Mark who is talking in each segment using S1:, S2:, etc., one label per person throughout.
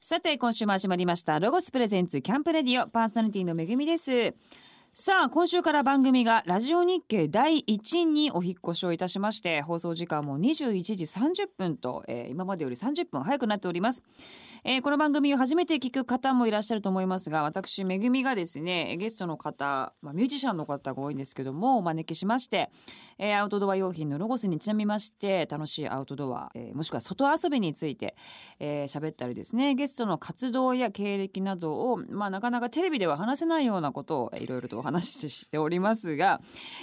S1: さて今週も始まりましたロゴスプレゼンツキャンプレディオパーソナリティのめぐみですさあ今週から番組がラジオ日経第1にお引っ越しをいたしまして放送時間も21時30分と、えー今までより30分早くなっております、えーこの番組を初めて聞く方もいらっしゃると思いますが私めぐみがですねゲストの方、まあ、ミュージシャンの方が多いんですけどもお招きしまして、えーアウトドア用品のロゴスにちなみまして楽しいアウトドア、えーもしくは外遊びについてえー喋ったりですねゲストの活動や経歴などを、まあ、なかなかテレビでは話せないようなことをえーいろいろとお話ししておりますが、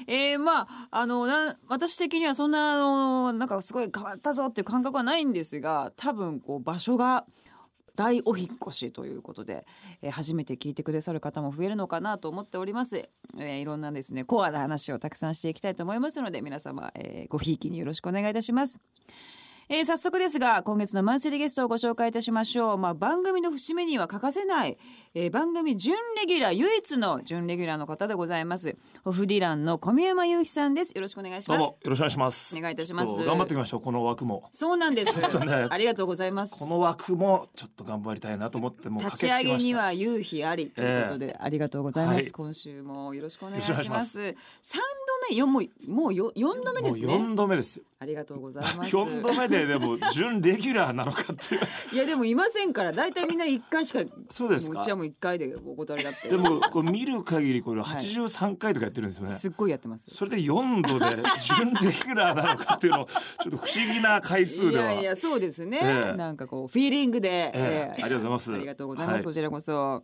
S1: えーまああのな私的にはそんなあのなんかすごい変わったぞっていう感覚はないんですが多分こう場所が大お引っ越しということで、えー初めて聞いてくださる方も増えるのかなと思っております、えーいろんなですねコアな話をたくさんしていきたいと思いますので皆様、えーごひいきによろしくお願いいたしますえー早速ですが今月のマンスリーゲストをご紹介いたしましょう、まあ、番組の節目には欠かせない、えー番組準レギュラー唯一の準レギュラーの方でございますホフディランの小宮山雄飛さんですよろしくお願いし
S2: ど
S1: ま
S2: う
S1: す
S2: もよろしくお願いします。
S1: お願いいたします
S2: ちょっと頑張っていきましょう。この枠も。
S1: そうなんです
S2: ょっとね
S1: ありがとうございます
S2: この枠もちょっと頑張りたいなと思ってもう
S1: 立
S2: 駆
S1: ち
S2: けつ
S1: 上
S2: け
S1: げ
S2: まし
S1: に
S2: た。
S1: は夕日ありということで、ありがとうございます、
S2: はい
S1: 今週もよろしくお願いし
S2: よろしくお願
S1: ま
S2: いします
S1: 三度目よもうもうよ四度目で
S2: もう
S1: すね
S2: 四度目ですよ。
S1: ありがとうございます
S2: 四度目ででも準レギュラーなのかっていう。
S1: いやでもいませんから大体みんな一回しか
S2: そうです
S1: もうう
S2: か
S1: ち。はもう一回でお断りだ って
S2: でもこれ見る限りこれ
S1: はい
S2: 八十三回とかやってるんですよね。
S1: すっごいやってます
S2: それで四度で準レギュラーなのかっていうのをちょっと不思議な回数
S1: い
S2: では。
S1: やいやそうですね、
S2: ええ
S1: なんかこうフィーリングで、
S2: ええありがとうございます
S1: ありがとうございます、
S2: はい
S1: こちらこそ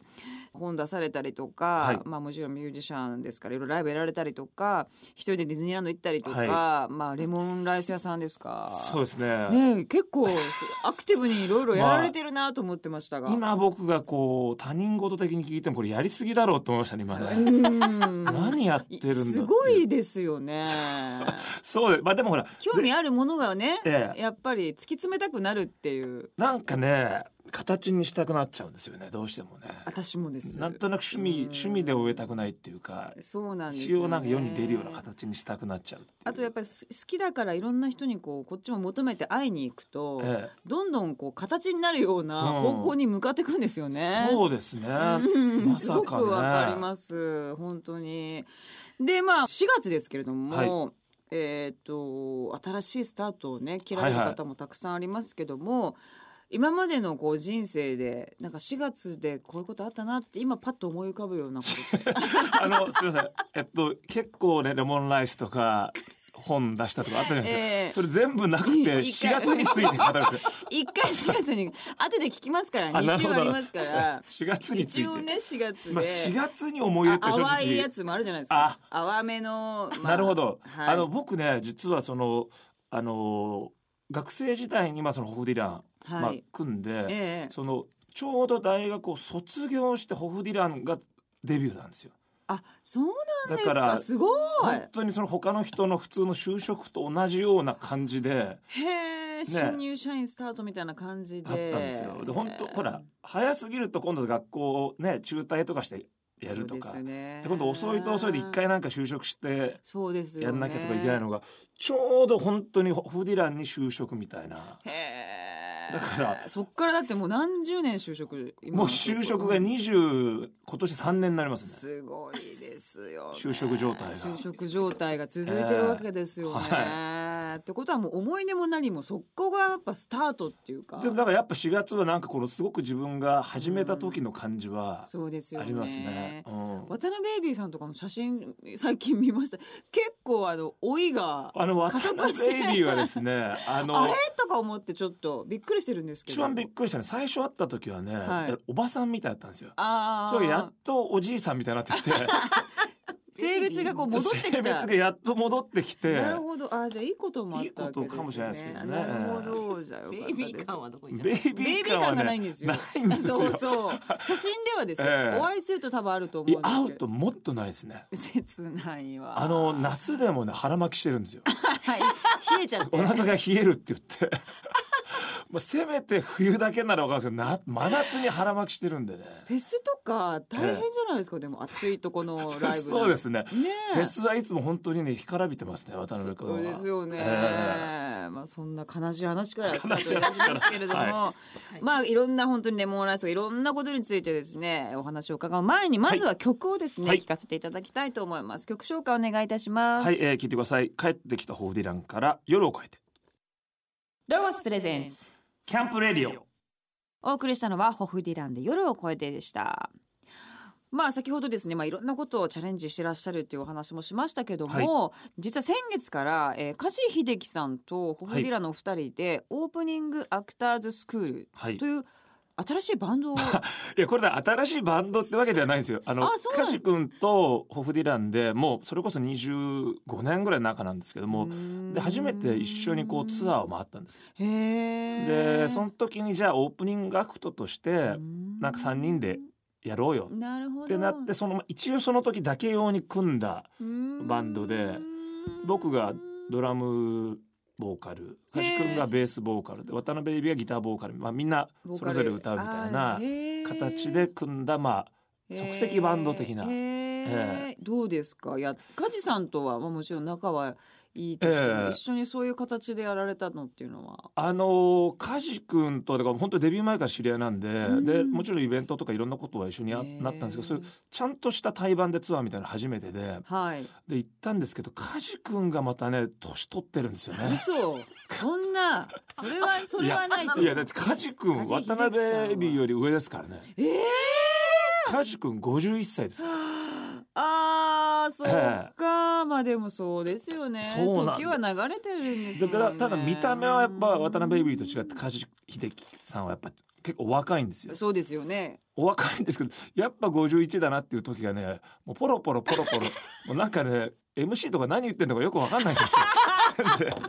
S1: 本出されたりとか、
S2: はい
S1: まあもちろんミュージシャンですからいろいろライブやられたりとか一人でディズニーランド行ったりとか、
S2: は
S1: まあレモンライス屋さんですか
S2: そうですね。
S1: ねえ結構すアクティブにいろいろやられてるなと思ってましたが、
S2: 今僕がこう他人事的に聞いてもこれやりすぎだろうと思いましたね今
S1: う
S2: ね。
S1: ん
S2: 何やってるんだってう
S1: すごいですよ ね
S2: そうでまあでもほら
S1: 興味あるものがね、
S2: ええ
S1: やっぱり突き詰めたくなるっていう
S2: なんかね形にしたくなっちゃうんですよねどうしてもね
S1: 私もです
S2: なんとなく趣味
S1: うん
S2: 趣味で終えたくないっていうか
S1: そうなんです
S2: 一
S1: よね
S2: 応なんか世に出るような形にしたくなっちゃうっていう
S1: あとやっぱりす好きだからいろんな人にこうこっちも求めて会いに行くと、
S2: え
S1: どんどんこう形になるような
S2: うん
S1: 方向に向かっていくんですよね。
S2: そうですね
S1: うん
S2: ますさ
S1: ご
S2: か
S1: くわかり
S2: ね
S1: ます本当にでまあ4月ですけれども、
S2: は
S1: えっ、と新しいスタートをね切られる方もたくさんありますけども、今までのこう人生でなんか4月でこういうことあったなって今パッと思い浮かぶようなことって
S2: あのすいませんえっと結構ねレモンライスとか本出したとかあったじゃないですか、
S1: ええ
S2: それ全部なくて
S1: いい
S2: 4月について語 るんですよ
S1: 一回4月に後で聞きますから
S2: あ
S1: 2
S2: なる
S1: 週
S2: ほど
S1: ありますから
S2: 4月につい
S1: 一
S2: て、
S1: 応ね4月で、
S2: まあ4月に思い入れって
S1: あ
S2: 正
S1: 淡い
S2: 直
S1: やつもあるじゃないですか
S2: あ
S1: 淡めの、まあ
S2: なるほど、
S1: はい
S2: あの僕ね実はそのあの学生時代にまあそのホフディラン、ま
S1: は
S2: あ
S1: い、
S2: 組んで、
S1: ええ
S2: そのちょうど大学を卒業してホフディランがデビューなんですよ。
S1: あそうなんですか
S2: だから
S1: すごい
S2: 本当にその他の人の普通の就職と同じような感じで
S1: へえ、新入社員スタートみたいな感じで
S2: だったんですよ。で本当ほら早すぎると今度学校をね中退とかしてやるとか。
S1: そうですよね
S2: で今度遅いと遅いで一回なんか就職して
S1: そうですよ、ね、
S2: やんなきゃとかいけないのがちょうど本当にホフディランに就職みたいな
S1: へえ
S2: だから
S1: そっからだってもう何十年就職今
S2: もう就職が20今年3年になりますね。
S1: すごいですよ、ね、
S2: 就職状態が
S1: 就職状態が続いてるわけですよね、
S2: え
S1: ってことはもう思い出も何もそこがやっぱスタートっていうか
S2: でもだからやっぱ4月はなんかこのすごく自分が始めた時の感じは
S1: そうですよ
S2: あ
S1: ね
S2: りますね。うん
S1: 渡辺ベイビーさんとかの写真 最近見ました結構あの老いが
S2: あの渡辺ベイビーはですねあ
S1: あ
S2: の
S1: れとか思ってちょっとびっくりしてるんですけど
S2: 一番びっくりしたのは最初会った時はね、
S1: はい
S2: おばさんみたいだったんですよ。
S1: あー
S2: そうやっとおじいさんみたいに なってきて
S1: 性別がこう戻って
S2: 性
S1: き
S2: 別
S1: た
S2: がやっと戻ってきて
S1: なるほどあーじゃあいいこともあったわけです、ね、
S2: いいことかもしれないですけどね
S1: なるほどじゃあよかったです
S3: ベイビー感はどこに
S2: ベイビ
S1: ベイ
S2: ー
S1: ビー
S2: 感は
S1: 感
S2: ね
S1: がないんですよ
S2: ないんですよ
S1: そう そう写真ではですよ、
S2: ええ
S1: お会いすると多分あると思
S2: い
S1: うん
S2: や
S1: ですけど
S2: 会うともっとないですね。
S1: 切ないわ
S2: あの夏でもね腹巻きしてるんですよ。
S1: はい冷えちゃって
S2: お腹が冷えるって言ってまあ、せめて冬だけならわかるんですけどな真夏に腹巻きしてるんでね
S1: フェスとか大変じゃないですか、でも暑いとこのライブ
S2: そうですね
S1: ねえ
S2: フェスはいつも本当にね干からびてますね渡
S1: す
S2: 辺君は
S1: ごいですよね、
S2: え
S1: まあそんな悲しい話からスター
S2: 悲
S1: ト
S2: しい
S1: いた
S2: 話
S1: し
S2: から
S1: ますけれども、
S2: は
S1: まあいろんな本当にレモンライスとかいろんなことについてですねお話を伺う前にまずは曲をですね、
S2: はい
S1: 聞かせていただきたいと思います曲紹介お願いいたし
S2: え
S1: ます、
S2: はい、えー、聞いてください帰ってきたホーディランから夜を越えて
S1: ロゴスプレゼンス
S2: キャンプレディオ
S1: お送りしたのはホフディランで夜を越えてでしたまあ先ほどですね、まあ、いろんなことをチャレンジしてらっしゃるっていうお話もしましたけども、実は先月から、えー、加地秀樹さんとホフディランのお二人で、オープニングアクターズスクール
S2: はい
S1: という新しいバンドを
S2: いやこれね新しいバンドってわけではないんですよあの
S1: あそうなん
S2: カシ君とホフディランでもうそれこそ25年ぐらい仲なんですけど もで初めて一緒にこうツアーを回ったんです
S1: へえ
S2: でその時にじゃあオープニングアクトとしてなんか三人でやろうよ
S1: なるほど
S2: ってなってその一応その時だけ用に組んだバンドで
S1: うーん
S2: 僕がドラムボーカルカシ君がベースボーカルで渡辺エビがギターボーカル、まあ、みんな
S1: ボー
S2: そ
S1: カル
S2: れぞれ歌うみたいな
S1: あーへー
S2: 形で組んだまあ即席バンド的な
S1: へーへーどうですかいや梶さんとは、まあ、もちろん仲はいいとしても、
S2: ええ
S1: 一緒にそういう形でやられたのっていうのは
S2: あのカジ君とだから本当デビュー前から知り合いなんで、
S1: うん
S2: でもちろんイベントとかいろんなことは一緒にや
S1: へー
S2: なったんですけどそういうちゃんとした対バンでツアーみたいなの初めてで
S1: はい
S2: で行ったんですけどカジ君がまたね年取ってるんですよね。
S1: 嘘そんなそれはそれはないと
S2: いやだってカジ君
S1: 梶秀樹さ
S2: 渡
S1: んは
S2: 辺エビより上ですからね
S1: ええ
S2: カジ君51歳ですから
S1: あーそうかまあでもそうですよね
S2: そうなんだ
S1: 時は流れてるんです
S2: だ
S1: もんね
S2: からただ見た目はやっぱ渡辺エビと違ってカジ秀樹さんはやっぱ結構お若いんですよ
S1: そうですよね
S2: お若いんですけどやっぱ51だなっていう時がねもうポロポロポロポ ロもうなんかね MC とか何言ってんのかよくわかんない んですよ全然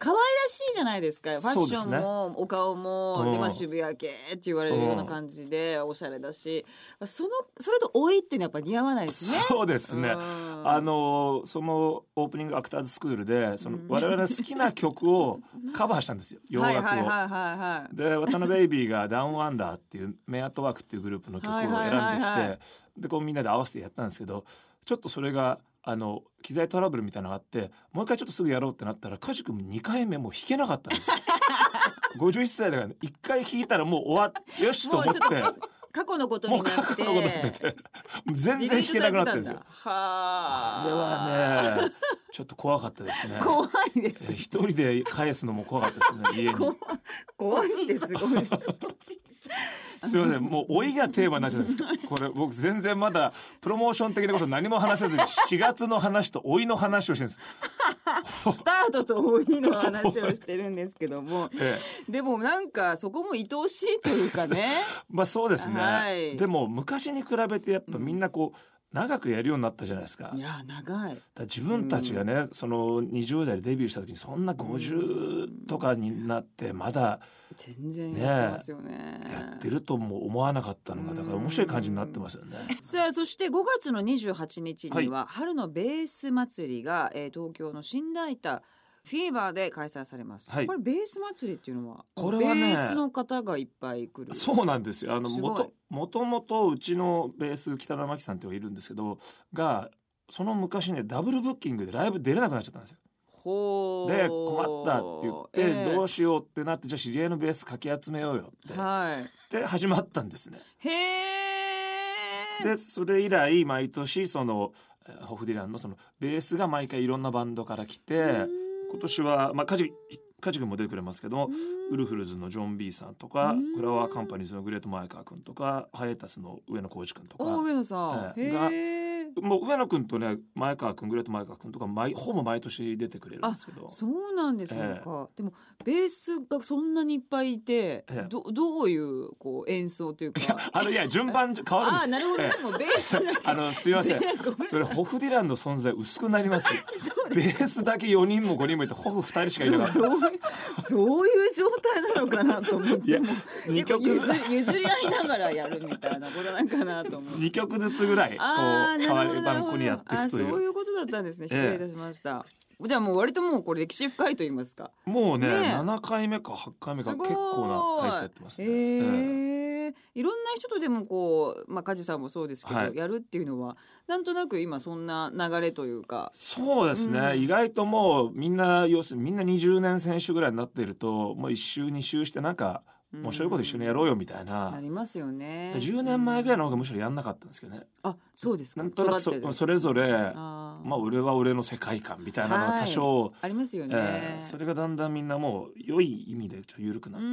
S1: 可愛らしいじゃないですかファッション
S2: そうですね
S1: も、お顔も、で
S2: うん
S1: まあ、渋谷系って言われるような感じでおしゃれだし、そのそれと老いっていうのはやっぱ似合わないですね。
S2: そうですね
S1: うん
S2: あのーそのオープニングアクターズスクールでその
S1: うん
S2: 我々の好きな 曲をカバーしたんですよ洋楽
S1: は
S2: を。
S1: いはいはいはいはい
S2: で渡辺エイビーが「ダウンアンダーっていうメアトワークっていうグループの曲を選んできて、
S1: はいはいはいは
S2: でこうみんなで合わせてやったんですけどちょっとそれがあの機材トラブルみたいなのがあってもう一回ちょっとすぐやろうってなったら梶君2回目もう弾けなかった んですよ。51歳だから、ね、1回弾いたらもう終わっよしと思って
S1: もうちょっと過去のこと
S2: も
S1: に
S2: う
S1: な
S2: 過
S1: っ
S2: 去
S1: て
S2: のことになっててもう全然弾けなくなったんです
S1: リリースされてた
S2: よ
S1: んだ。はあ
S2: あれはねちょっと怖かったですね。
S1: 怖いです
S2: え一人で返すのも怖かったですね家に。
S1: 怖いですご い
S2: すみません、もう老いがテーマになっちゃうんです。これ僕全然まだプロモーション的なこと何も話せずに4月の話と老いの話をしてるんです。
S1: スタートと老いの話をしてるんですけども
S2: ええ、
S1: でもなんかそこも愛おしいというか ね
S2: まあそうですね。
S1: はい
S2: でも昔に比べてやっぱみんなこう。長くやるようになったじゃないですか。だ
S1: い
S2: か
S1: や長い
S2: ら自分たちがね、その20代でデビューした時にそんな50とかになってまだ
S1: 全然やってますよね
S2: やってるとも思わなかったのがだから面白い感じになってますよね。
S1: さあそして5月の28日には春のベース祭りが、えー東京の新大田フィーバーで開催されます、
S2: はい
S1: これベース祭りっていうのは
S2: これはね
S1: ベースの方がいっぱい来る
S2: そうなんですよ。あの
S1: すごい
S2: もともともとうちのベース北田真紀さんっていうのがいるんですけどがその昔ねダブルブッキングでライブ出れなくなっちゃったんですよ。
S1: ほう
S2: で困ったって言って、どうしようってなってじゃあ知り合いのベースかき集めようよ
S1: えは
S2: ってで始まったんですね。
S1: いへえ
S2: でそれ以来毎年そのえーホフディランのそのベースが毎回いろんなバンドから来て今年はまあカジカジ君も出てくれますけどもウルフルズのジョン・ビーさんとか
S1: うん
S2: フラワーカンパニーズのグレート・マイカー君とかハイエタスの上野浩二君とか。
S1: お上野さん、
S2: ええ
S1: へえ
S2: もう上野くんとね前川くんグレート前川くんとか毎ほぼ毎年出てくれるんですけど
S1: そうなんですか、
S2: え
S1: でもベースがそんなにいっぱいいて、
S2: ええ
S1: どどういうこう演奏というか
S2: あのいや順番じゃ変わるんで
S1: あ
S2: す
S1: あなるほど、
S2: え
S1: もうベースだけ
S2: えあのすいませ ん
S1: ごめん
S2: それホフディランの存在薄くなりますよ
S1: そう
S2: ベースだけ4人も5人もいてホフ2人しかいなかっ た
S1: どういうどういう状態なのかなと思っ
S2: い
S1: て
S2: や
S1: も
S2: 2
S1: 結構
S2: 曲
S1: 譲譲り合いながらやるみたいなことなんかなと思って。
S2: 二曲ずつぐらいこ
S1: ああ
S2: う
S1: ー
S2: 変
S1: な
S2: わ
S1: るほ
S2: る
S1: どなる
S2: 番
S1: ほ
S2: 組
S1: ど
S2: にやってい
S1: あ
S2: く
S1: ー
S2: と
S1: そう
S2: いう
S1: いうことだったんですね失礼いたしました、じゃあもう割ともうこれ歴史深いと言いますか。
S2: もうね
S1: ねえ
S2: 7回目か8回目か
S1: すごい
S2: 結構な回数やってます
S1: え
S2: ね。
S1: え
S2: え
S1: いろんな人とでもこうまあ梶さんもそうですけど、
S2: はい
S1: やるっていうのはなんとなく今そんな流れというか。
S2: そうですね、
S1: うん
S2: 意外ともうみんな要するにみんな20年選手ぐらいになっているともう1周2周してなんか
S1: うん
S2: 面白いこと一緒にやろうよみたいな、
S1: なりますよね。
S2: 10年前ぐらい
S1: い。
S2: の方がむしろやんなかったんですけどね、
S1: あそうですか。
S2: なんとなくそ
S1: 尖ってる
S2: それぞれ
S1: あー
S2: まあ俺は俺の世界観みたいなのが多少、
S1: ありますよね。
S2: ええそれがだんだんみんなもう良い意味でちょっと緩くなって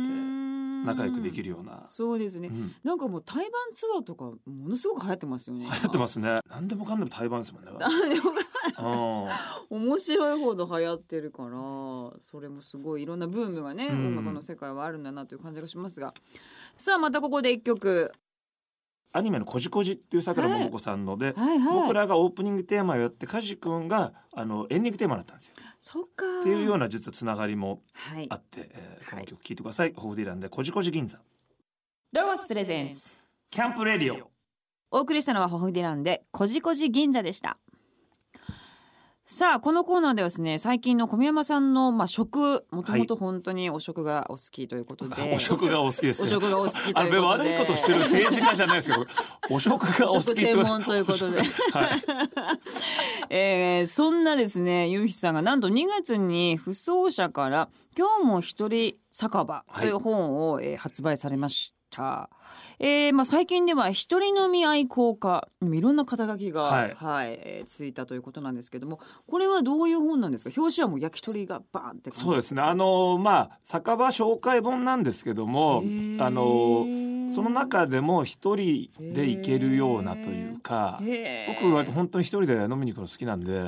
S2: 仲良くでき
S1: る。
S2: るような、
S1: そうです
S2: う
S1: ね。
S2: ん、
S1: なんかもう台湾ツアーとかものすごく流行ってますよね。。
S2: 流行ってますすね何でもかんでも台湾ですもんね
S1: でも
S2: うん
S1: 面白いほど流行ってるからそれもすごいいろんなブームがね、
S2: うん
S1: 音楽の世界はあるんだなという感じがしますがさあまたここで一曲
S2: アニメの「こじこじ」っていうさくらももこさんので、
S1: はいはい
S2: 僕らがオープニングテーマをやって梶君があのエンディングテーマだったんですよ。
S1: そっか
S2: っていうよう
S1: な
S2: な実はつながりも
S1: はい
S2: あって、えー
S1: はい
S2: この曲聴いてください、ホーディランで「こじこじ銀座
S1: ロゴスプレゼンス」
S2: キャンプレディオ
S1: お送りしたのはホフディランでこじこじ銀座でしたさあこのコーナーではですね最近の小宮山さんのまあ食もともと本当にお食がお好きということで、
S2: お食がお好きです
S1: お
S2: ね。
S1: 食がお好きと
S2: あ
S1: い
S2: れ
S1: うこと
S2: 悪
S1: で
S2: いことしてる政治家じゃないですけど お食がお好きって
S1: お食専門ということで
S2: お食 はい、
S1: えーそんなですねゆうひさんがなんと2月に「不走者」から「今日も一人酒場」という本を、えー発売されました。えーまあ、最近では一人飲み愛好家いろんな肩書きが、は
S2: はいい
S1: えーついたということなんですけどもこれはどういう本なんですか表紙はもう焼き鳥がバーンって感じ
S2: そうですねあのまあ酒場紹介本なんですけどもあのその中でも一人で行けるようなというか僕割と本当に一人で飲みに行くの好きなんで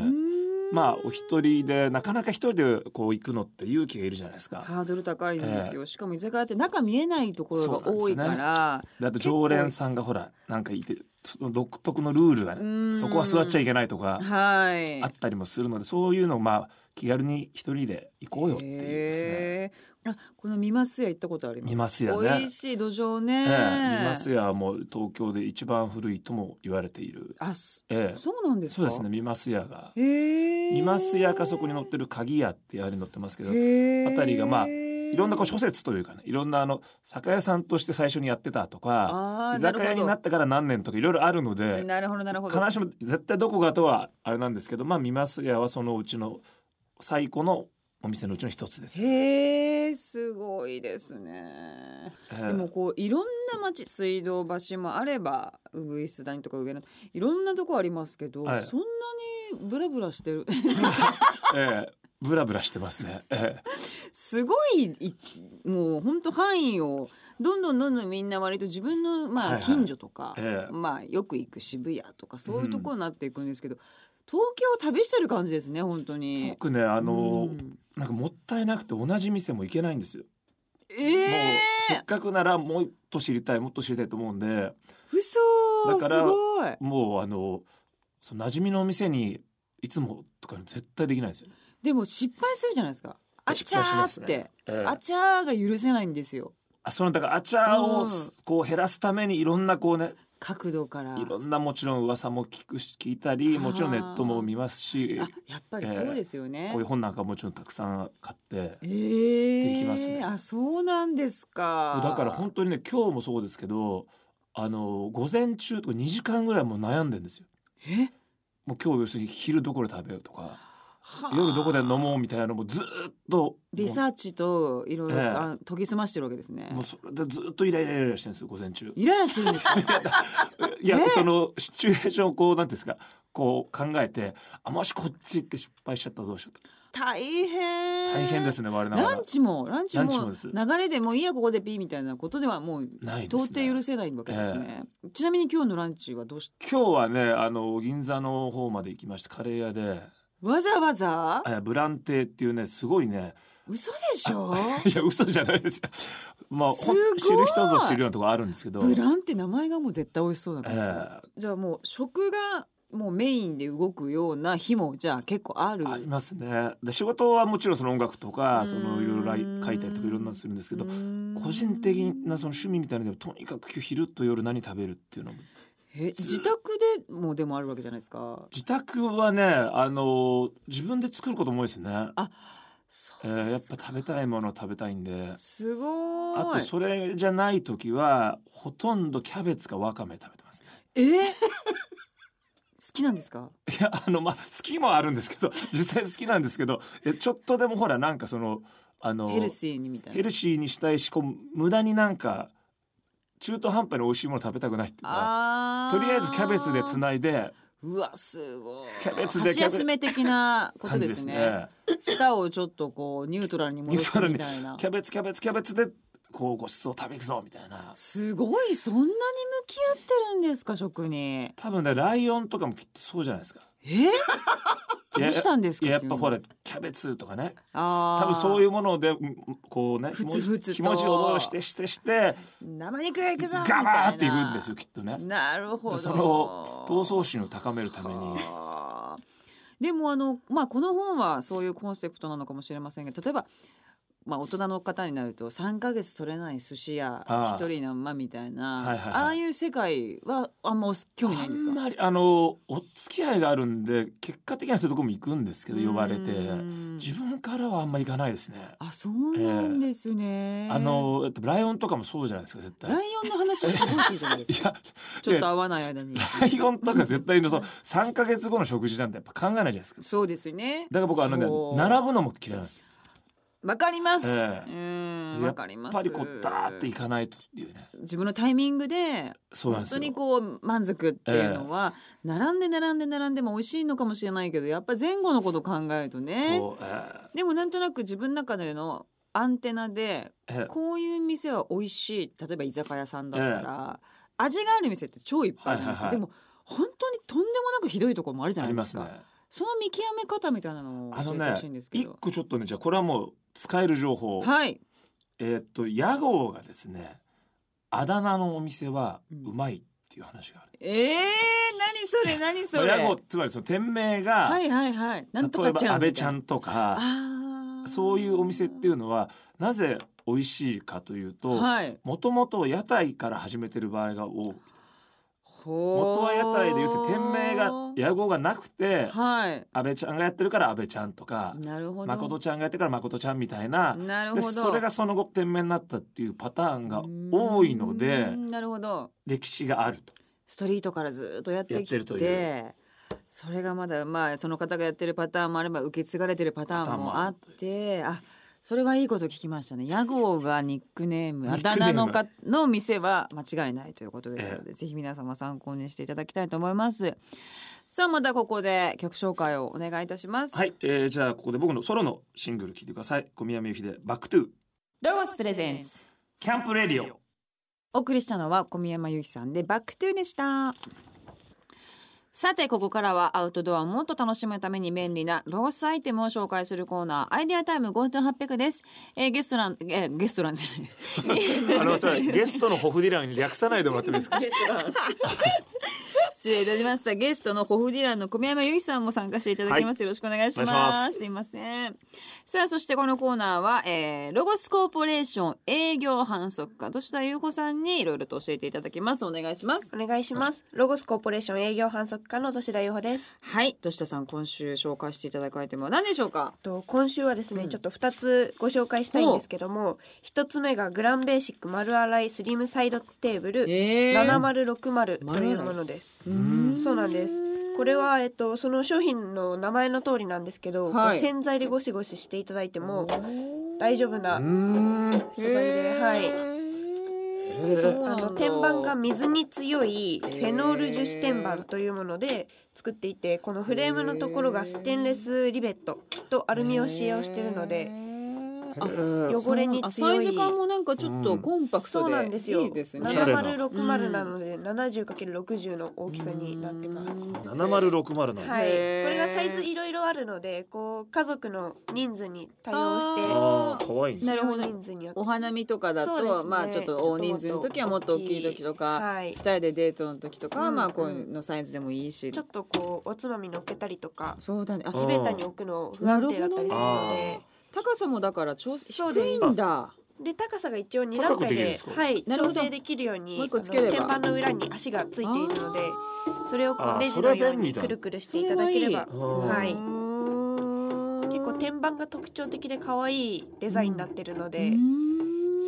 S2: まあお一人でなかなか一人でこう行くのって勇気がいるじゃないですか
S1: ハードル高いんですよ、しかも居酒屋って中見えないところが多いから、
S2: だって常連さんがほらなんかいてその独特のルールが
S1: うん
S2: そこは座っちゃいけないとか
S1: はい
S2: あったりもするのでそういうのをまあ気軽に一人で行こうよっていうですね。
S1: へーあこの見ますや行ったことあります。
S2: 見ますやね
S1: 美味しい土壌ね。
S2: ええ、見ますやもう東京で一番古いとも言われている。
S1: あ、そ
S2: ええ、
S1: そうなんですか。
S2: そうですね。。見ますやが。
S1: へえ。
S2: 見ますやかそこに載ってる鍵屋ってあれに載ってますけど、い
S1: へー
S2: あたりがまあ
S1: い
S2: ろんなこう諸説というかね、いろんなあの酒屋さんとして最初にやってたとか、
S1: あー
S2: 居酒屋になってから何年とかいろいろあるので、
S1: なるほどなるほど。
S2: 必ずしも絶対どこがとはあれなんですけど、まあ見ますやはそのうちの最古のお店のうちの一つです。
S1: へえすごいですね。
S2: ええ
S1: でもこういろんな町水道橋もあれば鶯谷とか上野いろんなとこありますけど、
S2: はい
S1: そんなにブラブラしてる
S2: ええ、ブラブラしてますね。ええ
S1: すごいいもう本当範囲をどんどんどんどんみんな割と自分の
S2: はい
S1: まあ
S2: はい
S1: 近所とか、
S2: ええ
S1: まあよく行く渋谷とかそういうところになっていくんですけど、東京を旅してる感じですね本当に。
S2: 僕ねあの
S1: うん
S2: なんかもったいなくて同じ店も行けないんですよ。
S1: え
S2: もうせっ
S1: え
S2: かくならもっと知りたいもっと知りたいと思うんで
S1: 嘘
S2: だ
S1: す
S2: から
S1: ごい
S2: もうあのその馴染みのお店にいつもとか絶対できないですよね。
S1: でも失敗するじゃないですかあちゃ
S2: 失敗しま
S1: ー
S2: す
S1: っ
S2: ね
S1: て、
S2: ええ
S1: あちゃーが許せないんですよ
S2: あそのだからあちゃを
S1: うん
S2: こう減らすためにいろんなこうね
S1: 角度から
S2: いろんなもちろん噂も聞くし聞いたりもちろんネットも見ますし
S1: あやっぱりそうですよね、
S2: こういう本なんかもちろんたくさん買って
S1: え
S2: できます
S1: え
S2: ね
S1: あそうなんですか
S2: だから本当にね今日もそうですけどあの午前中とか2時間ぐらいもう悩んでんですよ。
S1: え
S2: もう今日要するに昼どこで食べようとか。
S1: はあ
S2: 夜どこで飲もうみたいなのもずーっと
S1: リサーチといろいろ
S2: ええ
S1: あ研ぎ澄ましてるわけですね
S2: もうもうそれでずーっとイライライライラしてるんですよ午前中
S1: イライラしてるんです か
S2: いや、
S1: ええ
S2: そのシチュエーションをこうなんていうんですかこう考えてあもしこっちって失敗しちゃったらどうしようと
S1: 大変
S2: 大変です
S1: ね
S2: ね我なが
S1: ラ
S2: ら
S1: ンチもランチも
S2: ランチもです
S1: 流れでもういいやここでピーみたいなことではもう
S2: ないで
S1: 到
S2: す、
S1: 底
S2: ね、
S1: 許せないわけですね、ちなみに今日のランチはどうし
S2: 今日はねあの銀座の方まで行きましたカレー屋で
S1: わざわざ
S2: あブランテっていうねすごいね
S1: 嘘でしょ
S2: いや嘘じゃないですよまあほ
S1: す
S2: ん
S1: ごい
S2: 知る人ぞ知るようなとこあるんですけど
S1: ブランって名前がもう絶対美味しそうな
S2: え
S1: 感じ、じゃあもう食がもうメインで動くような日もじゃあ結構ある
S2: えありますねで仕事はもちろんその音楽と
S1: うー
S2: か
S1: ん
S2: そのいろいろライ書いたりとかいろんなのするんですけど
S1: うーん
S2: 個人的なその趣味みたいなのでもとにかく今日昼と夜何食べるっていうのも
S1: え自宅でもでもあるわけじゃないですか。
S2: 自宅はねあの自分で作ることも多いですね、
S1: あ、そう
S2: え
S1: ですか
S2: ーやっぱ食べたいものを食べたいんです
S1: ご
S2: あ
S1: ー
S2: と
S1: い。
S2: それじゃない時はほとんどキャベツかわかめ食べてますね
S1: え ー好きなんですか。
S2: いやあのまあ好きもあるんですけど 実際好きなんですけどいやちょっとでもほらなんかそのあの
S1: ヘルシーにみたいな。
S2: ヘルシーにしたいしこう無駄になんか中途半端に美味しいもの食べたくないっていうか
S1: あ
S2: とりあえずキャベツでつ
S1: な。
S2: ないで
S1: うわすごい。
S2: キャベツで
S1: 箸休め的なこと
S2: 感
S1: で
S2: じですす
S1: ね。
S2: ね
S1: 舌をちょっとこうニュートラルに戻すみたいな
S2: キ。ャベツキャベツキャベツでこうごちそう食べいくぞみたいな
S1: すごいそんなに向き合ってるんですか食に。
S2: 多分ねライオンとかもきっとそうじゃないですか
S1: えー、どうしたんですか。
S2: いややっぱほ
S1: ら。
S2: らキャベツとかね
S1: あ。
S2: 多分そういううものでうんこうね
S1: ふつふつと
S2: 気持ちを思いをしてしてして
S1: 生肉屋行くぞみたいな。
S2: ガバーっていくんですよきっとね
S1: なるほど。
S2: その闘争心を高めるために
S1: はあでもあの、まあ、この本はそういうコンセプトなのかもしれませんが例えば、まあ、大人の方になると3ヶ月取れない寿司屋
S2: ああ
S1: 一人のまみたいな、
S2: はいはいはい
S1: ああいう世界はあんま興味ないんです
S2: あん
S1: か
S2: まりあのお付き合いがあるんで結果的にはそういうとこも行くんですけど呼ばれて
S1: うん
S2: 自分からはあんまり行かないですね。
S1: あそうなんですね、
S2: あのだってライオンとかもそうじゃないですか絶対。
S1: ライオンの話すごいするじゃないで
S2: い
S1: すか
S2: や
S1: ちょっと合わない間に
S2: ライオンとか絶対のその3ヶ月後の食事なんてやっぱ考えないじゃないですか。
S1: そうですよね
S2: だから僕はあのね
S1: そう
S2: 並ぶのも嫌いなんですよ。
S1: わかります、
S2: え
S1: うん
S2: や
S1: わ
S2: っ
S1: かります
S2: ぱりこうダーって行かないとっていうね。
S1: 自分のタイミングで
S2: そうなん
S1: 本
S2: です
S1: 当
S2: よ。
S1: にこう満足っていうのは、並んで並んで並んでも美味しいのかもしれないけどやっぱ前後のこと考えるとね
S2: そうえ
S1: でもなんとなく自分の中でのアンテナで
S2: ーえー
S1: こういう店は美味しい例えば居酒屋さんだったら、味がある店って超いっぱいあるじゃないですか、
S2: はい
S1: で
S2: はいは
S1: も本当にとんでもなくひどいところもあるじゃな
S2: あり
S1: いで
S2: ますす
S1: か
S2: ね。
S1: その見極め方みたいなのを
S2: あ
S1: 教
S2: の
S1: えてほ
S2: ね
S1: しいんですけ
S2: 一
S1: ど、
S2: 個ちょっとねじゃあこれはもう使える情報。
S1: はい
S2: えーっと屋号がですねあだ名のお店はうまいっていう話がある、
S1: えー、何そ れ何それ
S2: まあ屋号つまりその店名が、
S1: はいはいはいなんと
S2: 例
S1: か
S2: え
S1: ち
S2: ば
S1: ゃん
S2: 安
S1: み
S2: 倍
S1: た
S2: ち
S1: いな
S2: ゃんとか
S1: あー
S2: そういうお店っていうのはなぜ美味しいかというと
S1: はい、
S2: もともと屋台から始めてる場合が多い元
S1: 元
S2: は屋台で要するに店名が屋号がなくて
S1: はい
S2: 安倍ちゃんがやってるから安倍ちゃんとか
S1: なるほど
S2: 誠ちゃんがやってるから誠ちゃんみたいな
S1: なる
S2: で
S1: ほど
S2: それがその後店名になったっていうパターンが多いの
S1: う
S2: で
S1: ーんなるほど
S2: 歴史があると。
S1: ストリートからずっとやって
S2: やっ
S1: き
S2: てる
S1: て
S2: とい
S1: それがまだまあその方がやってるパターンもあれば受け継がれてるパターンもあってあそれはいいこと聞きましたね屋号がニックネームあ
S2: ニックネ
S1: だ
S2: ーム
S1: 名のかの店は間違いないということですので、ぜひ皆様参考にしていただきたいと思いますさあまたここで曲紹介をお願いいたします、
S2: はい、えー、じゃあここで僕のソロのシングル聴いてください小宮山由紀で「バックトゥー
S1: ロゴスプレゼンス
S2: キャンプレディオ
S1: お送りしたのは小宮山由紀さんでバックトゥーでしたさてここからはアウトドアをもっと楽しむために便利なロースアイテムを紹介するコーナーアイデアタイム5800です、えー、ゲストラン、えー、ゲストランじゃない
S2: あのそれゲストのホフディランに略さないでもらってもいい ですか
S1: 失礼いたしましたゲストのホフディランの小宮山由紀さんも参加していただきます、よろしくお願いします
S2: お願いします
S1: すいませんさあそしてこのコーナーは、えー、ロゴスコーポレーション営業販促課とした優子さんにいろいろと教えていただきますお願いします
S3: お願いします。ロゴスコーポレーション営業販促課の年田優穂です。
S1: はい、としたさん今週紹介していただくアイテムは何でしょうか。
S3: と今週はですね、
S1: うん
S3: ちょっと2つご紹介したいんですけども1つ目がグランベーシック丸洗いスリムサイドテーブル
S1: え
S3: 7060というものです。そうなんです。これは、えっと、その商品の名前の通りなんですけど、
S1: はい
S3: こう洗剤でゴシゴシしていただいても大丈夫な素材で、はい。あの天板が水に強いフェノール樹脂天板というもので作っていてこのフレームのところがステンレスリベットとアルミを使用しているので汚れに
S1: サ
S3: 強
S1: イ
S3: い
S1: ズ感もなんかちょっとコンパクトで、
S3: そうなんですよ
S1: いいです
S2: おしゃ
S1: ね。
S2: れ
S3: 7060なので 70×60 の大きさになってます。
S2: 7060の、
S3: はい、こ
S1: へー
S3: れがサイズいろいろあるのでこう家族の人数に対応
S2: ああかわいい
S3: し
S2: ね
S1: な
S3: て使
S1: るほ
S3: 用
S1: ど
S3: 人数によって
S1: お花見とかだ
S3: そうです
S1: と、
S3: ね
S1: まあちょっと大人数の時はもっと大きい時とか、
S3: はい
S1: 二、、人でデートの時とかは、まあ
S3: うんうん
S1: こういうのサイズでもいいし
S3: ちょ、っとこうおつまみ乗っけたりとか
S1: そうだね。あ
S2: う
S3: 地
S2: ん
S3: べたに置くの不安定だったりするの
S2: なるほど
S3: で。
S1: 高さもだからちょ
S3: そう
S1: 低いんだ。
S3: で高さが一応2段
S2: 高
S3: 階
S2: くできるんで
S3: です
S2: か
S3: はい
S1: なるほ
S3: 調
S1: ど
S3: 整できるように
S1: もう一個つけ
S3: あ
S1: れば
S3: の天板の裏に足がついているのでそれをこ
S2: あ
S3: う
S2: ー
S3: ネジのよう
S2: それは便利
S3: に
S2: だ
S3: くるくるしていただければ
S2: それは
S3: は
S2: いう
S3: い結構天板が特徴的で可愛いデザインになってるので、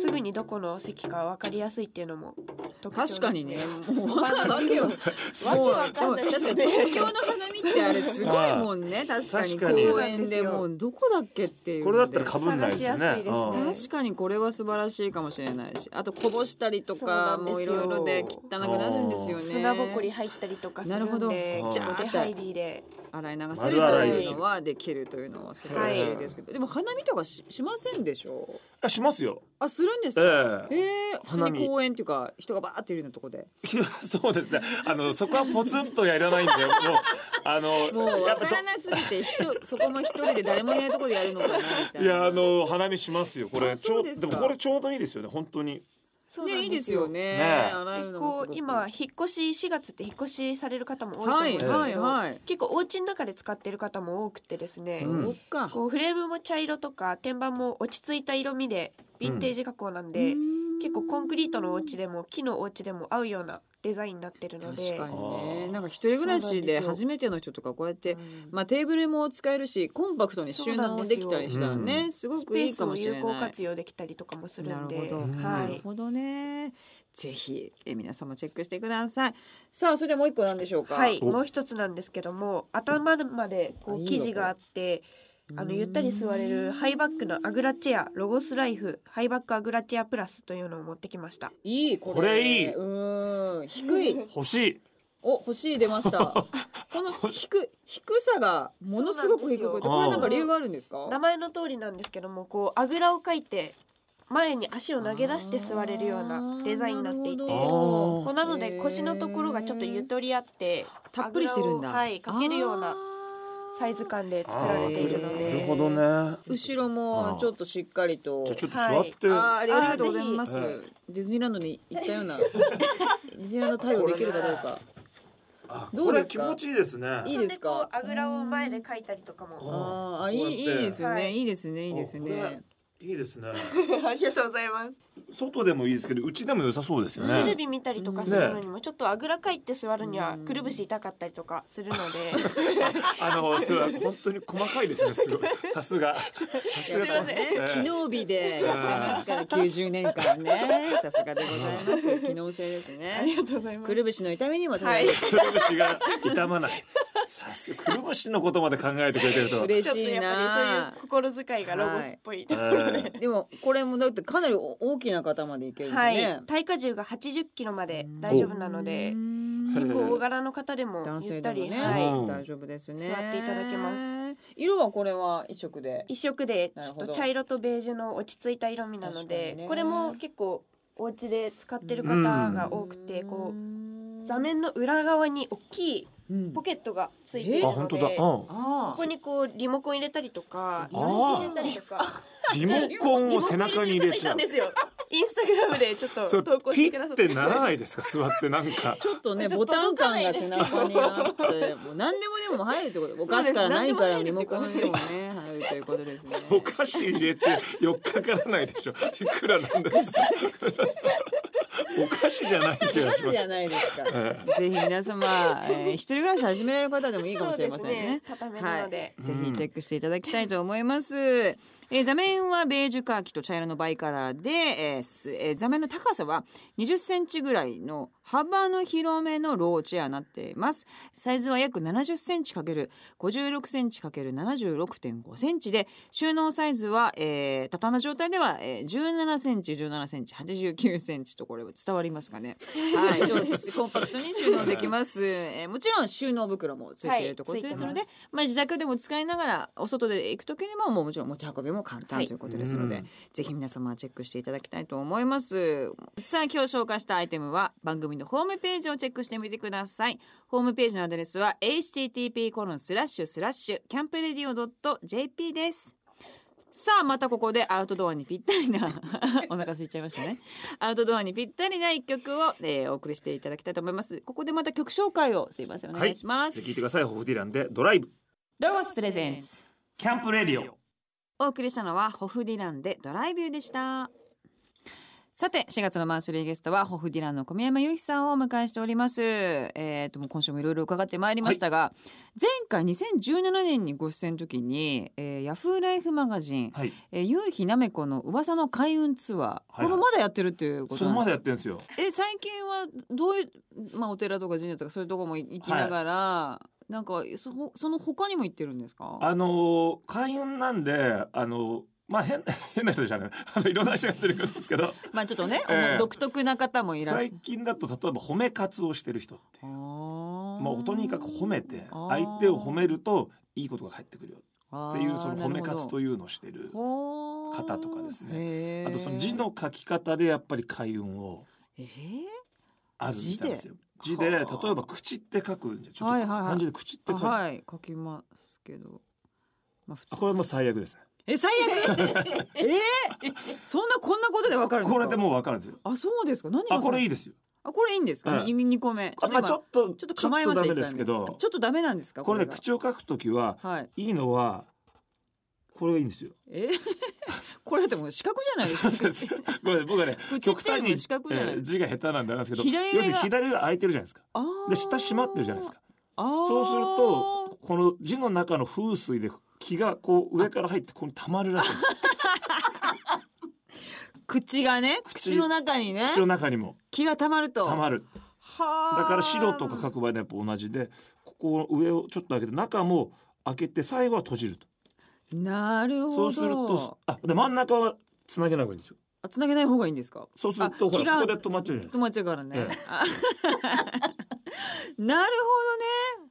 S3: すぐにどこの席か分かりやすいっていうのも特徴です、
S1: 確かにねもうわかわけよわけ
S3: わけわかんない
S1: 確かに東京の花見ってあれすごいもんね確かに
S2: 確かに
S1: 公園でもうどこだっけっていう
S2: こ
S1: の
S2: れ
S1: で
S2: だったら被んないですよね
S3: 探しやすいですね
S2: うん
S1: 確かにこれは素晴らしいかもしれないしあとこぼしたりとか
S3: そうなん
S1: も
S3: で
S1: い
S3: すよ
S1: ろいろで汚くなるんですよね
S3: 砂ぼこり入ったりとかする
S1: なるほ
S3: ん
S1: ど
S3: で
S2: じ
S3: 結
S2: ゃあ
S3: 構出入りで
S1: 洗い流せるというのはできるというのは素晴らしいですけど、でも花見とかししませんでしょ
S2: あしますよ
S1: あするんです
S2: え
S1: か、
S2: え
S1: ええ普通
S2: 花見
S1: に公園っていうか人がバーっているようなとこで
S2: いやそうですねあのそこはポツンとやらないんでもうあの
S1: もう
S2: や
S1: わ
S2: っぱ
S1: からなすぎて人そこも一人で誰もいないとこでやるのかなみたいない
S2: やあの花見しますよこれ
S1: あ
S2: ち
S1: そ
S2: ょ
S1: う
S2: う
S1: で
S2: です
S1: か
S2: もこれちょうどいいですよね本当に
S3: そうな
S1: ねいい
S3: ん
S1: で
S3: ですす
S1: よ
S3: よ。
S1: ね
S2: ね
S1: 洗える
S3: 結
S1: のもす
S3: 構
S1: ごく
S3: 今は引っ越し4月って引っ越しされる方も多いと思
S1: は
S3: うん
S1: い
S3: ですけど、
S1: はいはい
S3: 結構お家の中で使ってる方も多くてですね、
S2: うん
S1: そうか
S3: こうフレームも茶色とか天板も落ち着いた色味でヴィンテージ加工なんで、結構コンクリートのお家でも木のお家でも合うようなデザインになってるので
S1: 確かにね
S2: あー
S1: なんか一人暮らしで
S3: そうなんです
S1: 初
S3: よ
S1: めての人とかこうやって、
S3: うん
S1: まあ、テーブルも使えるしコンパクトに収
S3: そうな
S1: 納
S3: ん
S1: で
S3: で
S1: すき
S3: よ
S1: たりしたらねすご
S3: ス
S1: く
S3: ペ
S1: い
S3: ー
S1: い
S3: ス
S1: かも
S3: を
S1: しれな
S3: 有
S1: い。
S3: 効活用できたりとかもする
S1: なんる
S3: で
S1: ほど、
S3: は
S1: なる
S3: い、
S1: ほどね。ぜひえ皆さんもチェックしてください。さあそれではもう一個なんでしょうか。
S3: はい、
S2: お
S3: もう一つなんですけども頭までこ
S1: あいういよ
S3: 生地があってあのゆったり座れるハイバックのアグラチェアロゴスライフハイバックアグラチェアプラスというのを持ってきました
S1: いいこれ。
S2: これいいう
S1: ーん低い。
S2: 欲しい
S1: お欲しい出ました。 この低低さがものすごく低くて
S2: そう
S1: これ
S2: なんですよ
S1: なんか理由があるんです
S3: 名
S1: か？
S3: 前の通りなんですけどもこうあぐらをかいて前に足を投げ出して座れるようなデザインになっていて
S1: あー
S2: るほど
S3: こうなので腰のところがちょっとゆとりあって
S1: たっぷりしてるんだ。
S3: あぐらをはいかけるよう
S1: あ
S3: な
S1: ー
S3: サイズ感で作られているの
S1: あ
S3: で
S1: ーなる
S2: ほどね
S1: 後ろもちょっとしっかりと。
S2: じゃあちょっと座って、
S1: あーありがとうございます
S2: あーぜ。
S1: ディズニーランドに行ったよう なディズニーランド対応できるかどう か。
S2: あ
S1: どうですか
S2: これ気持ちいいですね
S1: いいですか
S3: そんこうあぐらを前でかいたりとかも
S1: あーあいいいいですね、、
S3: はいい
S1: いですねいいですね。
S2: いいですね
S3: ありがとうございます
S2: 外でもいいですけどうちでも良さそうですよ
S3: テレ
S2: ね
S3: ビ見たりとかするのにもちょっとあぐらかいて座るにはくるぶし痛かったりとかするの で
S2: あのすごい本当に細かいですねすごいさすがさす
S1: や
S2: が
S1: っぱね
S2: ええ
S1: 機能美でやってますから90年間 ねさすがでございます機能性です
S3: あり
S1: ね
S3: がとうございま
S1: く
S3: す
S1: るぶしの痛みにも
S3: は
S1: 対
S3: い
S1: 応
S2: くるぶしが痛まないさすがくるぶしのことまで考えてくれてると
S1: 嬉
S3: ちょっと
S1: しい
S3: やっぱ
S1: な
S3: りそういう心遣いがロゴスっぽいところで、
S2: え
S1: でもこれもだってかなりお大きな方までいけるんです
S3: は
S1: ね、
S3: い、耐荷重が80キロまで大丈夫なので
S1: うん
S2: 結
S3: 結構大柄の方でも
S1: 男
S3: ゆ
S1: 性で
S3: った
S1: も
S3: り、
S1: ね、
S3: は
S2: うん
S1: 大丈夫ですね
S3: 座っていただけます
S1: 色はこれは一色で
S3: い、一色で
S1: な
S3: ち
S1: る
S3: ょっ
S1: ほど
S3: と茶色とベージュの落ち着いた色味なの
S1: 確か
S3: で、
S1: にね
S3: これも結構お家で使ってる方が多くて、こう座面の裏側に大きい
S1: うん
S3: ポケットがついてい
S1: え
S3: る
S2: あ
S3: の
S2: 本当
S3: で、
S2: だ、うん、
S1: あ
S3: ここにこうリモコン入れたりとか、
S2: あ
S3: 雑
S2: ー
S3: 誌入れたりとか、
S2: リモコンを背中に入れちゃう
S3: リモコン入れてる方いたんですよ。インスタグラムでちょっ
S2: そ
S3: と
S2: れ
S3: 投稿し
S2: ピ
S3: てくだ
S2: ッ
S3: さってて。
S2: ならないですか座ってなんか
S1: ちょっとね
S3: ちょっ
S1: ボ
S3: と
S1: タン
S3: 届か
S1: 感
S3: ない
S1: が
S3: で
S1: 背
S3: す
S1: 中にあってもう何でもでも入るってことお菓子から何からリモコンでもね入るということですね。
S2: お菓子入れてよっかからないでしょいくらなんでもお菓子じゃない気がし
S1: お
S2: ま
S1: じ
S2: す
S1: ゃないですか。ぜひ皆様、えー、一人暮らし始められる方でもいいかもしれません
S3: そうです
S1: ね
S3: ね。畳めるので
S1: はい、ぜひチェックしていただきたいと思います。えー座面はベージュカーキと茶色のバイカラーで、えーすえー座面の高さは20センチぐらいの幅の広めのローチェアになっています。サイズは約70センチかける56センチかける76.5センチで収納サイズは、えー、畳んだ状態では、えー、17センチ17センチ89センチとこれは伝わりますかね。はい、以上です。コンパクトに収納できます。えー、もちろん収納袋もついているということですので、
S3: はいつい
S1: まあ自宅でも使いながらお外で行くときにももうもちろん持ち運びも簡単ということですので、
S2: はいうん
S1: ぜひ皆様チェックしていただきたいと思います。さあ今日紹介したアイテムは番組のホームページをチェックしてみてください。ホームページのアドレスは http コロンスラッシュスラッシュキャンプレディオドット jp です。さあまたここでアウトドアにぴったりな お腹空いちゃいましたねアウトドアにぴったりな一曲を、えーお送りしていただきたいと思いますここでまた曲紹介をすいませんお願いします、
S2: 聞いてくださいホフディランでドライブ
S1: ロゴスプレゼンツ
S2: キャンプレディオ
S1: お送りしたのはホフディランでドライビューでしたさて4月のマンスリーゲストはホフディランの小宮山由紀さんをお迎えしております。えー、ともう今週もいろいろ伺ってまいりましたが、前回2017年にご出演の時に、えー、ヤフーライフマガジン
S2: はい。
S1: 「えー夕日なめこの噂の開運ツアー」
S2: いはい
S1: これまだやってるっていうこと
S2: それ
S1: なん
S2: ま
S1: です
S2: でやってるんですよ。
S1: え最近はどういう、まあ、お寺とか神社とかそういうとこも行きながら、なんかそほその他にも行ってるんですか
S2: あのー開運なんであのーまあ変 変な人じゃない。あのいろんな人がやってるんですけど、
S1: まあちょっとね、
S2: ええ
S1: あの独特な方もいらっしゃ
S2: 最
S1: る。
S2: 近だと例えば褒め活をしてる人っていう。
S1: も
S2: もうとにかく褒めて
S1: あー
S2: 相手を褒めるといいことが返ってくるよっていうその褒め活と
S1: いう
S2: いうのをしてる。
S1: 方
S2: 方とかですね
S1: ね
S2: あとその字の書き方でやっぱり開運を
S1: えー
S2: あるみたいですよ。
S1: 字
S2: 字
S1: で
S2: で
S1: はあ
S2: 例えば口って書くんじゃちょ
S1: は
S2: っ
S1: い
S2: と
S1: はいはい
S2: 漢字で口って
S1: あ
S2: 書く。
S1: はい書きますけど、まあ普
S2: あ
S1: 通
S2: これはもう最悪ですね。
S1: え最 悪えー、そんなこんなことでわかるんです
S2: こ
S1: か
S2: れでもうわかるんですよ。
S1: あそうですか何が
S2: あこれいいですよ。
S1: あこれいいんですか、
S2: え
S1: 二
S2: え
S1: 二個目
S2: あまあちょ
S1: っ
S2: っと
S1: ちょっと構えまし
S2: ちょ
S1: た一回
S2: っとダメですけ
S1: 目
S2: ど
S1: ちょっとダメなんですか
S2: これね
S1: が
S2: 口を書くときは
S1: はい
S2: いいのはこれがいいんです よ。
S1: えー これでも四角じゃないですか
S2: そうですよこれ僕はね
S1: 口
S2: 極
S1: っていう
S2: 端
S1: のも
S2: に
S1: 四角じゃない
S2: えー字が下手なんであれなんですけど、
S1: 左上が
S2: 要するに左上が空いてるじゃないですか。
S1: あー
S2: で下閉まってるじゃないですか。
S1: あー
S2: そうするとこの字の中の風水で気がこう上から入ってここに溜まるらし いんです
S1: 口がね口の中にね
S2: 口の中に も
S1: 気がたまると
S2: 溜まる。
S1: はー
S2: だから白とか書く場合はやっぱ同じでここの上をちょっと開けて中も開けて最後は閉じると。
S1: なるほど
S2: そうするとあで真ん中はつなげない方がいいんですよ。
S1: あつなげない方がいいんですか
S2: そうすると
S1: あ
S2: ほ
S1: 気が
S2: らここで止まっちゃうじゃないです
S1: 止
S2: か。
S1: まっちゃうからね、
S2: ええ
S1: あ なる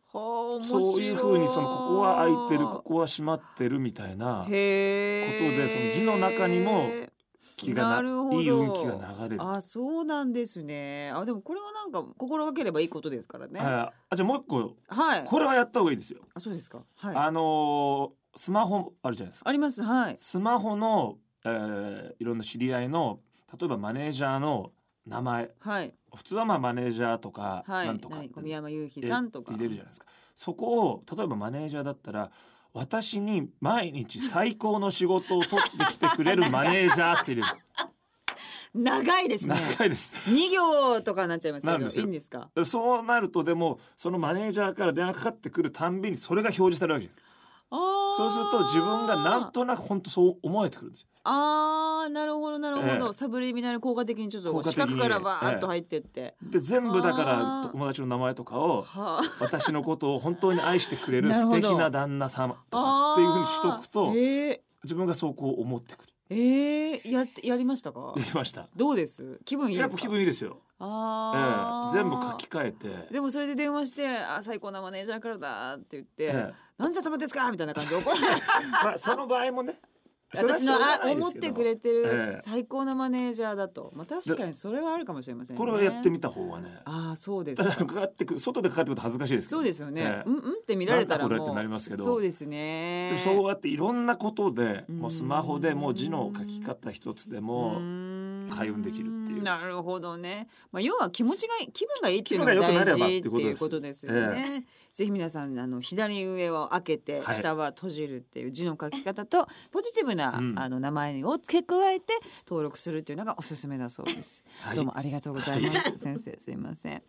S1: ほどねはー面白い
S2: そういうふうにそのここは開いてるここは閉まってるみたいな
S1: へー
S2: ことでその字の中にも気がな
S1: なるほど
S2: いい運気が流れる。
S1: あそうなんですねあでもこれはなんか心がければいいことですからねは
S2: ああじゃあもう一個
S1: い
S2: これはやった方がいいですよ。
S1: あそうですかはいあ
S2: あのースマホあるじゃないですか。
S1: りますはい
S2: スマホの、えーいろんな知り合いの例えばマネージャーの名前
S1: はい
S2: 普通はまあマネージャーとか
S1: はい
S2: なんとかっ
S1: 何
S2: て
S1: 小宮山雄飛さんとか
S2: 入れるじゃないですか。そこを例えばマネージャーだったら私に毎日最高の仕事を取ってきてくれるマネージャーって 入れる
S1: 長いですね
S2: 長いです。
S1: 二行とかになっちゃいますけ
S2: な
S1: ど
S2: るんです
S1: い
S2: よ
S1: いんですか
S2: そうなるとでもそのマネージャーから電話かかってくるたんびにそれが表示されるわけじゃないですか
S1: あー
S2: そうすると自分がなんとなく本当そう思えてくるんですよ。
S1: あーなるほどなるほど、
S2: ええ
S1: サブリミナル効果的にちょっとこう
S2: 効果
S1: 四
S2: 的に
S1: 角からバーッと入ってって、
S2: で全部だか
S1: あー
S2: ら友達の名前とかを
S1: はあ
S2: 私のことを本当に愛してくれ る
S1: なる
S2: 素
S1: ほど
S2: 敵な旦那様とか
S1: あー
S2: っていうふうにしとくと
S1: えー、
S2: 自分がそうこう思ってくる。
S1: えー、やってやりましたか
S2: やりました。
S1: どうです気分いいで
S2: やっ
S1: す
S2: ぱ
S1: か
S2: 気分いいですよ。ええ
S1: あ、ー
S2: 全部書き換えて。
S1: でもそれで電話して「あ最高なマネージャーからだ」って言って「
S2: ええ
S1: 何時だと思ってんですか?」みたいな感じで怒られ る
S2: まあその場合もね。それは
S1: 私
S2: しょ
S1: の
S2: うが
S1: あ
S2: ないで
S1: 思っ
S2: すけど
S1: てくれてる
S2: ええ
S1: 最高なマネージャーだと、まあ、確かにそれはあるかもしれませんね。
S2: これをやってみた方がね。
S1: ああそうです
S2: た だか
S1: か
S2: かってくる外でかかってくると恥ずかしいですけど。
S1: そうですよね、
S2: ええ
S1: うんうんって見られたら
S2: なんだこれ
S1: も
S2: っ
S1: う
S2: てなりますけど
S1: そうですね
S2: でもそうやっていろんなことでもうスマホでもう字の書き方一つでも
S1: う
S2: 開運できるっていう
S1: ーんなるほどね。まあ要は気持ちがいい気分がいいっていうのが
S2: 気分が良
S1: 大
S2: くなれ
S1: 事
S2: ば
S1: って
S2: って
S1: いう
S2: いう
S1: こ
S2: ことと
S1: で
S2: ですす
S1: よね。ぜひ皆さんあの左上を開けて
S2: はい
S1: 下は閉じるっていう字の書き方とポジティブな
S2: うん
S1: あの名前を付け加えて登録するっていうのがおすすめだそうです。
S2: はい
S1: どうもありがとうございます。先生すいません。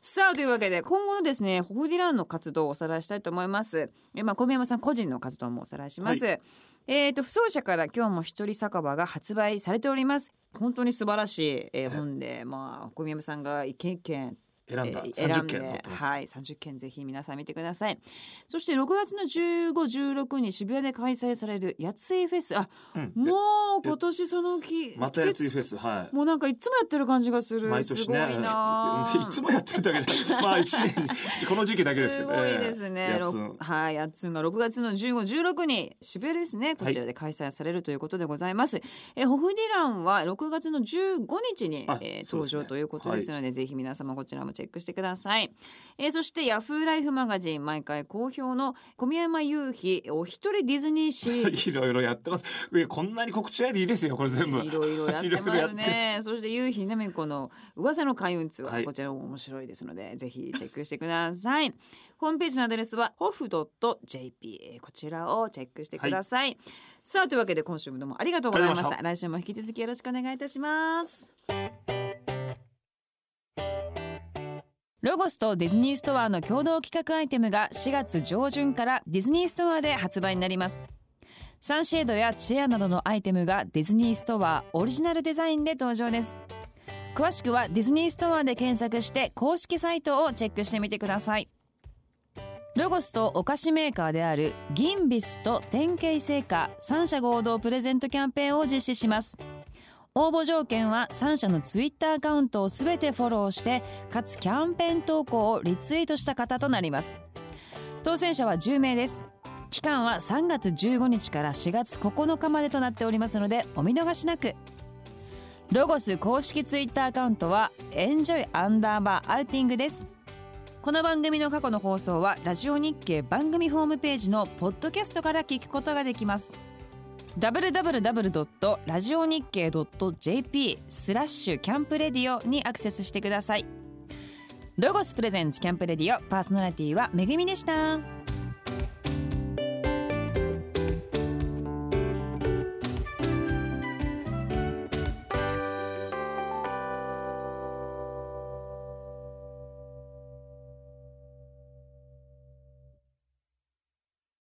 S1: さあというわけで今後のですねホフディランの活動をおさらいしたいと思います。えまあ小宮山さん個人の活動もおさらいします。
S2: は
S1: えっ、と不走者から今日も一人酒場が発売されております。本当に素晴らしい、えー
S2: はい
S1: 本で、まあ小宮山さんが一件一件
S2: 選んだ
S1: えー
S2: 30件載ってます。
S1: はい30件ぜひ皆さん見てくださいそして6月の1516に渋谷で開催されるやついフェスあ
S2: うん
S1: もう今年そのき、
S2: ま
S1: 季
S2: たやつい
S1: 節
S2: フェスは
S1: もうなんかいつもやってる感じがす
S2: い
S1: る、
S2: 毎
S1: す
S2: 年
S1: ごい
S2: ね
S1: な
S2: いつもやってるだけでまあ一年にこの時期だけですけど
S1: ごいですね。
S2: ええや
S1: ろ
S2: つ
S1: くはい、やっつんが6月の15、16に渋谷ですね。こちらで開催されるということでございます。えホフディランは6月の15日に
S2: あ、
S1: えー
S2: そう
S1: 登
S2: ですね
S1: 場ということですので、ぜひ皆様こちらもチェックしてください、えーそしてヤフーライフマガジン毎回好評の小宮山雄飛お一人ディズニーシリーズ
S2: いろいろやってますいやこんなに告知ないでいいですよこれ全部
S1: いろいろやってま
S2: いろいろやっ
S1: す
S2: て
S1: ね。そして夕日なめこの噂の開運ツアー、
S2: はい
S1: こちらも面白いですのでぜひチェックしてください。ホームページのアドレスはホフドット JP えーこちらをチェックしてください。さあというわけで今週もどうもありがとうございました。
S2: ありがと
S1: 来週も引き続きよろしくお願いいたします。ロゴスとディズニーストアの共同企画アイテムが4月上旬からディズニーストアで発売になります。サンシェードやチェアなどのアイテムがディズニーストアオリジナルデザインで登場です詳しくはディズニーストアで検索して公式サイトをチェックしてみてくださいロゴスとお菓子メーカーであるギンビスと典型製菓3社合同プレゼントキャンペーンを実施します応募条件は3社のツイッターアカウントをすべてフォローしてかつキャンペーン投稿をリツイートした方となります当選者は10名です期間は3月15日から4月9日までとなっておりますのでお見逃しなくロゴス公式ツイッターアカウントはエンジョイアンダーバーアウティングですこの番組の過去の放送はラジオ日経番組ホームページのポッドキャストから聞くことができます www.radionickei.jp スラッシュキャンプレディオにアクセスしてくださいロゴスプレゼンツキャンプレディオパーソナリティはめぐみでした